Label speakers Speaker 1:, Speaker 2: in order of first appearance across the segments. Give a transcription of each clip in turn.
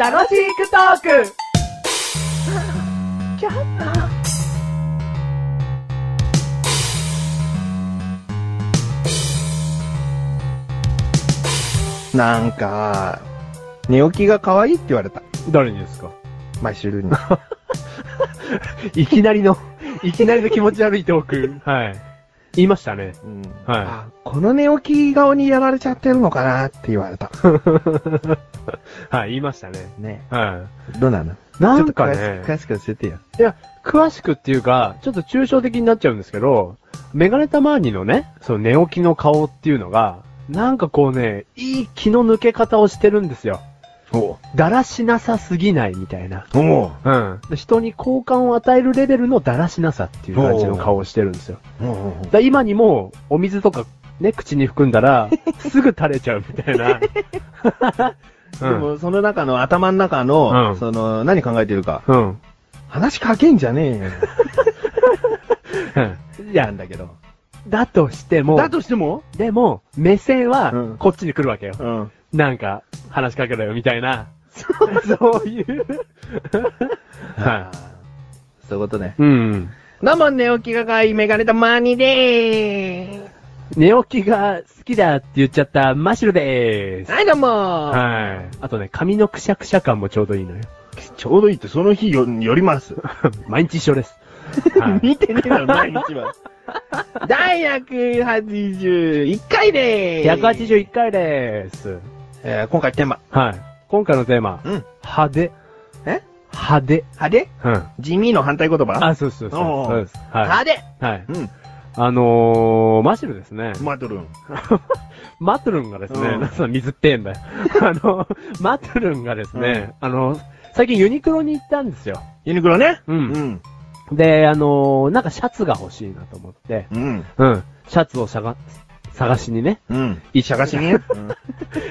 Speaker 1: 楽しくトーク
Speaker 2: なんか、寝起きが可愛いって言われた。
Speaker 3: 誰にですか
Speaker 2: マシュ ルに。
Speaker 3: いきなりの、いきなりの気持ち悪いトーク。はい。言いましたね。
Speaker 2: うん
Speaker 3: はい
Speaker 2: あこの寝起き顔にやられちゃってるのかなって言わ れた。
Speaker 3: はい、言いましたね。
Speaker 2: ね。
Speaker 3: は
Speaker 2: どうなの
Speaker 3: い。なんか
Speaker 2: ちょっ
Speaker 3: ね
Speaker 2: と、詳しく詳しく教えてよ。
Speaker 3: いや、詳しくっていうか、ちょっと抽象的になっちゃうんですけど、メガネタマーニのね、その寝起きの顔っていうのが、なんかこうね、いい気の抜け方をしてるんですよ。
Speaker 2: お
Speaker 3: だらしなさすぎないみたいな。
Speaker 2: おお
Speaker 3: うん。で人に好感を与えるレベルのだらしなさっていう感じの顔をしてるんですよ。
Speaker 2: おお
Speaker 3: だ今にも、お水とかね、口に含んだ ら、すぐ垂れちゃうみたい な。
Speaker 2: でも、その中の、頭の中
Speaker 3: う
Speaker 2: の、
Speaker 3: ん
Speaker 2: その、何考えてるか。
Speaker 3: うん、
Speaker 2: 話しかけんじゃねえよ。
Speaker 3: うん。
Speaker 2: いやんだ けど。
Speaker 3: だとしても、
Speaker 2: だとしても
Speaker 3: でも、目線
Speaker 2: う
Speaker 3: は
Speaker 2: ん、
Speaker 3: こっちに来るわけよ。
Speaker 2: うん。
Speaker 3: なんか、話しかけろよ、みたいな。 そういう。 は
Speaker 2: そういうことね。
Speaker 3: い。うん。
Speaker 2: どうも、寝起きが可愛いメガネたマニでー
Speaker 3: 寝起きが好きだって言っちゃった、マシュルでーす。
Speaker 2: はい、どうも
Speaker 3: はい。あとね、髪のくしゃくしゃ感もちょうどいいのよ。
Speaker 2: ちょうどいいって、その日よ、より ます。
Speaker 3: 毎日一緒です。 はい。
Speaker 2: 見てねえだろ、毎日は。第181回でーす。
Speaker 3: 181回でーす。
Speaker 2: えー今回テーマ。
Speaker 3: はい。今回のテーマ、
Speaker 2: うん。
Speaker 3: 派手。
Speaker 2: え
Speaker 3: 派手。
Speaker 2: 派手
Speaker 3: うん。
Speaker 2: 地味の反対言葉
Speaker 3: あ、そうそうそう。
Speaker 2: おー
Speaker 3: そうです。は
Speaker 2: 派手
Speaker 3: い。はい。
Speaker 2: うん。
Speaker 3: あのー、マシュルですね。
Speaker 2: マトルン。
Speaker 3: マトゥルンがですね、
Speaker 2: うん
Speaker 3: なんか水ってん だよ。あの、マトゥルンがですね、あの、最近ユニクロに行ったんですよ。
Speaker 2: ユニクロね。
Speaker 3: う。
Speaker 2: うんん。
Speaker 3: で、あのーなんかシャツが欲しいなと思って、
Speaker 2: うん。
Speaker 3: うん。シャツを探、探しにね、
Speaker 2: うん。いい探しに。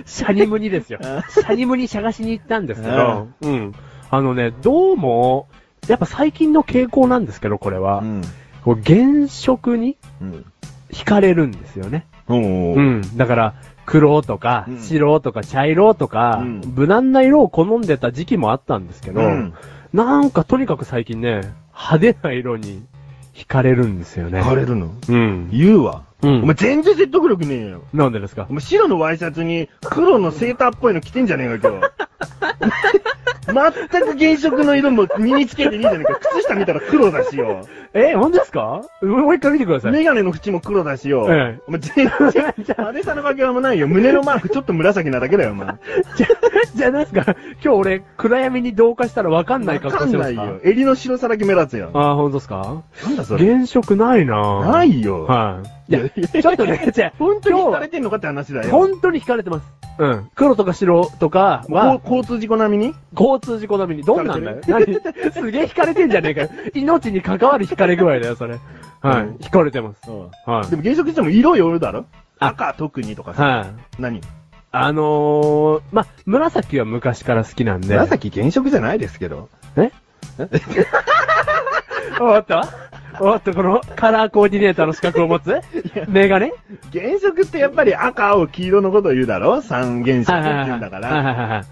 Speaker 3: シャニムにですよ。シャニムに探しに行ったんですけど、うん。あのね、どうも、やっぱ最近の傾向なんですけど、これは。
Speaker 2: ん。
Speaker 3: こう原色に
Speaker 2: うん。
Speaker 3: 惹かれるんですよね。
Speaker 2: お
Speaker 3: う
Speaker 2: ー。
Speaker 3: ん。だから、黒とか
Speaker 2: う、ん
Speaker 3: 白とか、茶色とか、
Speaker 2: うん
Speaker 3: 無難な色を好んでた時期もあったんですけど、
Speaker 2: うん
Speaker 3: なんかとにかく最近ね、派手な色に惹かれるんですよね。
Speaker 2: 惹かれるの
Speaker 3: うん。
Speaker 2: 言うわ。
Speaker 3: う
Speaker 2: お
Speaker 3: ん
Speaker 2: 前。全然説得力ねえよ。
Speaker 3: なんでですか
Speaker 2: お前白のワイシャツに黒のセーターっぽいの着てんじゃねえか、今日。全く原色の色も身につけてねえじゃねえか。靴下見たら黒だしよ。
Speaker 3: え、本当ですかもう一回見てください。
Speaker 2: メガネの縁も黒だしよ。
Speaker 3: ええ
Speaker 2: お前全然、派手さのかけらもないよ。胸のマークちょっと紫なだけだよ、お前。
Speaker 3: じゃ、じゃあなんですか今日俺、暗闇に同化したらわかんない格
Speaker 2: わか
Speaker 3: 好し
Speaker 2: ん
Speaker 3: てま
Speaker 2: な
Speaker 3: す
Speaker 2: い
Speaker 3: か
Speaker 2: よ。襟の白さだけ目立つよ。
Speaker 3: あー、本当ですか
Speaker 2: なんだそれ。
Speaker 3: 原色ないなぁ
Speaker 2: ないよ。
Speaker 3: はい。い
Speaker 2: い
Speaker 3: や、
Speaker 2: や
Speaker 3: ちょっとね、じゃあ
Speaker 2: 本当に惹
Speaker 3: 今日
Speaker 2: か
Speaker 3: は
Speaker 2: れてんのかって話だよ。
Speaker 3: 本当に惹かれてます。うん。黒とか白とかは
Speaker 2: こ、う交通事故並みに
Speaker 3: 交通事故並みに、どんなんだよ。何すげえ惹かれてんじゃねえかよ。命に関わる惹かれ具合だよ、それ。は
Speaker 2: うん
Speaker 3: い。惹かれてます。はい
Speaker 2: で。も原色しても色よるだろ
Speaker 3: あ
Speaker 2: 赤特にとかさ。
Speaker 3: はい。
Speaker 2: 何
Speaker 3: あのー、ま、紫は昔から好きなんで。
Speaker 2: 紫原色じゃないですけど。
Speaker 3: えおっとおっと、このカラーコーディネーターの資格を持つメガネ
Speaker 2: 原色ってやっぱり赤、青、黄色のことを言うだろ三原色
Speaker 3: は
Speaker 2: っ
Speaker 3: い
Speaker 2: て言うん
Speaker 3: はいはい。
Speaker 2: だか
Speaker 3: はい
Speaker 2: ら。
Speaker 3: はいはいは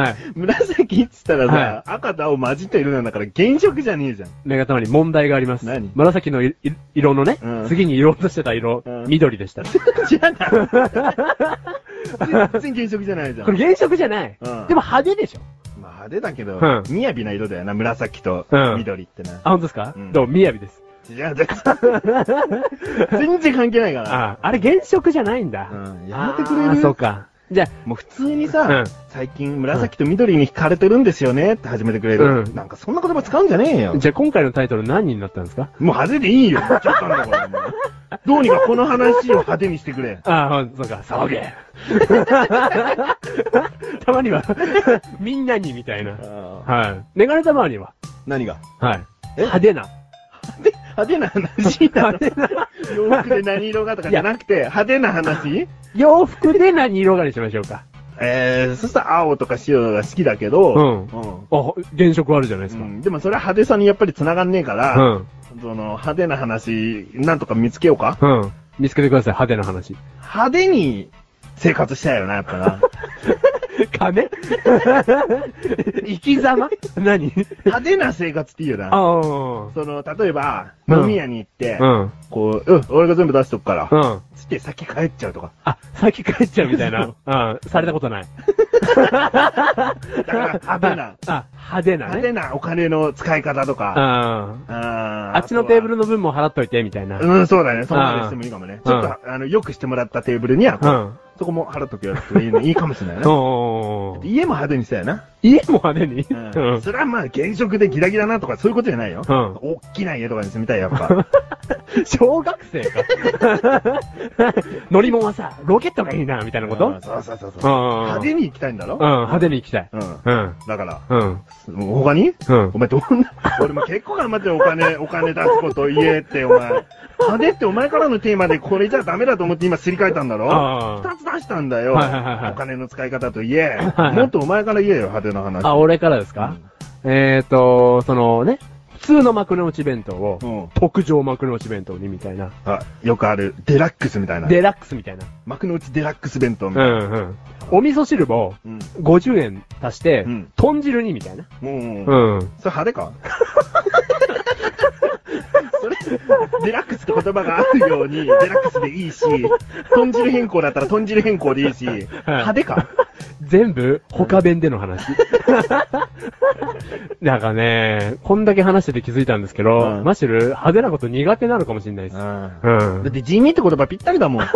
Speaker 3: い。はい。
Speaker 2: 紫っつったらさ、
Speaker 3: は
Speaker 2: 赤と青混じった色なんだから原色じゃねえじゃ ん。
Speaker 3: メガネたまに問題があります。
Speaker 2: 何
Speaker 3: 紫のいい色のね、
Speaker 2: うん
Speaker 3: 次に色落としてた色、
Speaker 2: うん
Speaker 3: 緑でした。
Speaker 2: じゃない。全然原色じゃないじゃん。
Speaker 3: これ原色じゃない。
Speaker 2: うん
Speaker 3: でも派手でしょ
Speaker 2: まあ派手だけど、
Speaker 3: うん
Speaker 2: みやびな色だよな、紫と
Speaker 3: うん
Speaker 2: 緑ってな。
Speaker 3: あ、本当ですか、
Speaker 2: うん
Speaker 3: どうみやびです。
Speaker 2: 違う、全然関係ないから。
Speaker 3: あ、あれ原色じゃないんだ。
Speaker 2: うんやめてくれる
Speaker 3: あーそうか。じゃあ、
Speaker 2: もう普通にさ、
Speaker 3: うん
Speaker 2: 最近紫と緑に惹かれてるんですよねって始めてくれる。
Speaker 3: うん
Speaker 2: なんかそんな言葉使うんじゃねえよ。
Speaker 3: じゃあ今回のタイトル何になったんですか
Speaker 2: もう派手でいいよ。言っちゃったんだからもうどうにかこの話を派手にしてくれ。
Speaker 3: ああ、そうか、騒げ。 たまに は、みんなにみたいな。はい。メガネたまには、
Speaker 2: 何が
Speaker 3: はい。
Speaker 2: え
Speaker 3: 派手な。
Speaker 2: 派手な話なの
Speaker 3: 派手な。
Speaker 2: 洋服で何色がとかじゃなくて、派手な話
Speaker 3: 洋服で何色がにしましょうか。
Speaker 2: えー、そしたら青とか白が好きだけど、
Speaker 3: うん
Speaker 2: うん
Speaker 3: あ、原色あるじゃないで
Speaker 2: う
Speaker 3: すか。
Speaker 2: んでもそれは派手さにやっぱり繋がんねえから、
Speaker 3: うん。
Speaker 2: その派手な話、なんとか見つけようか
Speaker 3: うん。見つけてください、派手な話。
Speaker 2: 派手に生活したいよな、やっぱな。
Speaker 3: 金 生き様何
Speaker 2: 派手な生活っていう
Speaker 3: あ
Speaker 2: な。
Speaker 3: あ、うん。
Speaker 2: その、例えば、
Speaker 3: うん
Speaker 2: 飲み屋に行って
Speaker 3: う、ん。
Speaker 2: こう、うん、俺が全部出しとくから、
Speaker 3: うん。
Speaker 2: つって先帰っちゃうとか。
Speaker 3: あ、先帰っちゃうみたいな。うん。されたことない。
Speaker 2: だから、派手 な、
Speaker 3: あ、派手な
Speaker 2: 派
Speaker 3: ね。
Speaker 2: 手なお金の使い方と
Speaker 3: う
Speaker 2: か。
Speaker 3: ん。
Speaker 2: あ
Speaker 3: あっちのテーブ
Speaker 2: ル
Speaker 3: ルの分も払っといて、みたいな。うん。
Speaker 2: うん、そうだね。そんなにしてもいいかもね。ちょっと、あの、よくしてもらったテーブルには、
Speaker 3: うん。
Speaker 2: そこも払っとくよっていうのいいかもし れないね。
Speaker 3: おー
Speaker 2: 家も派手にしたよな。
Speaker 3: 家も派手に
Speaker 2: う
Speaker 3: うん
Speaker 2: ん。それはまあ、現職でギラギラなとかそういうことじゃないよ。
Speaker 3: うん
Speaker 2: 大きな家とかに住みたい、やっぱ。
Speaker 3: 小学生 か。乗り物はさ、ロケットがいいな、みたいなこ
Speaker 2: うん
Speaker 3: と
Speaker 2: そうそうそうそう。
Speaker 3: うん
Speaker 2: 派手に行きたいんだろ
Speaker 3: うん、派手に行きたい。
Speaker 2: うん。
Speaker 3: うん。
Speaker 2: だから、
Speaker 3: うん。
Speaker 2: 他に
Speaker 3: うん
Speaker 2: お。前どんな、俺も結構頑張ってお金、 お金出すこと言えって、お前。派手ってお前からのテーマでこれじゃダメだと思って今すり替えたんだろ
Speaker 3: あー
Speaker 2: 二つ出したんだよ。
Speaker 3: はいはいはいはい
Speaker 2: お金の使い方と言え。
Speaker 3: はい
Speaker 2: もっとお前から言えよ、派手な話。
Speaker 3: あ、俺からですかえーと、そのね、普通の幕の内弁当を
Speaker 2: う、ん。
Speaker 3: 特上幕の内弁当にみたいな。
Speaker 2: あ、よくある、デラックスみたいな。
Speaker 3: デラックスみたいな。
Speaker 2: 幕の内デラックス弁当み
Speaker 3: う
Speaker 2: たいな。
Speaker 3: んうん。お味噌汁も、
Speaker 2: うん。
Speaker 3: 50円足して
Speaker 2: うん、
Speaker 3: 豚汁にみたいな。
Speaker 2: もう、
Speaker 3: うん。
Speaker 2: それ派手かそれ、デラックスって言葉があるように、デラックスでいいし、豚汁変更だったら豚汁変更でいいし、派手か
Speaker 3: 全部、他弁での 話。なんかね、こんだけ話してて気づいたんですけど、
Speaker 2: うん
Speaker 3: マシュル、派手なこと苦手なのかもしれないです。う
Speaker 2: だ
Speaker 3: ん。
Speaker 2: って地味って言葉ぴったりだもん。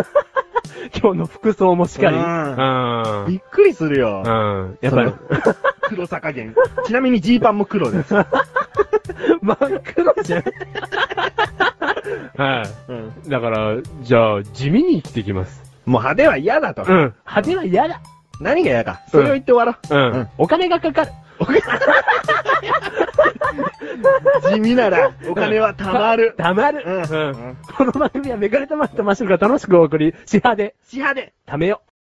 Speaker 3: 今日の服装もしっかり。
Speaker 2: うん
Speaker 3: う
Speaker 2: びっくりするよ。
Speaker 3: ん。うん。やっぱり、
Speaker 2: その黒さ加減。ちなみにジーパンも黒です。
Speaker 3: 真っ黒じゃん。 は
Speaker 2: うん
Speaker 3: い。だから、じゃあ、地味に生きてきます。
Speaker 2: もう派手は嫌だと
Speaker 3: う。ん。派手は嫌だ。
Speaker 2: 何が嫌か。それを言って終わろう。
Speaker 3: うん。
Speaker 2: うん
Speaker 3: お金がかかる。
Speaker 2: 地味ならお金は貯まる。
Speaker 3: たまる。
Speaker 2: うん
Speaker 3: この番組はめがれたまったマシュルが楽しくお送り、支派で、
Speaker 2: し派手。
Speaker 3: 貯めよう。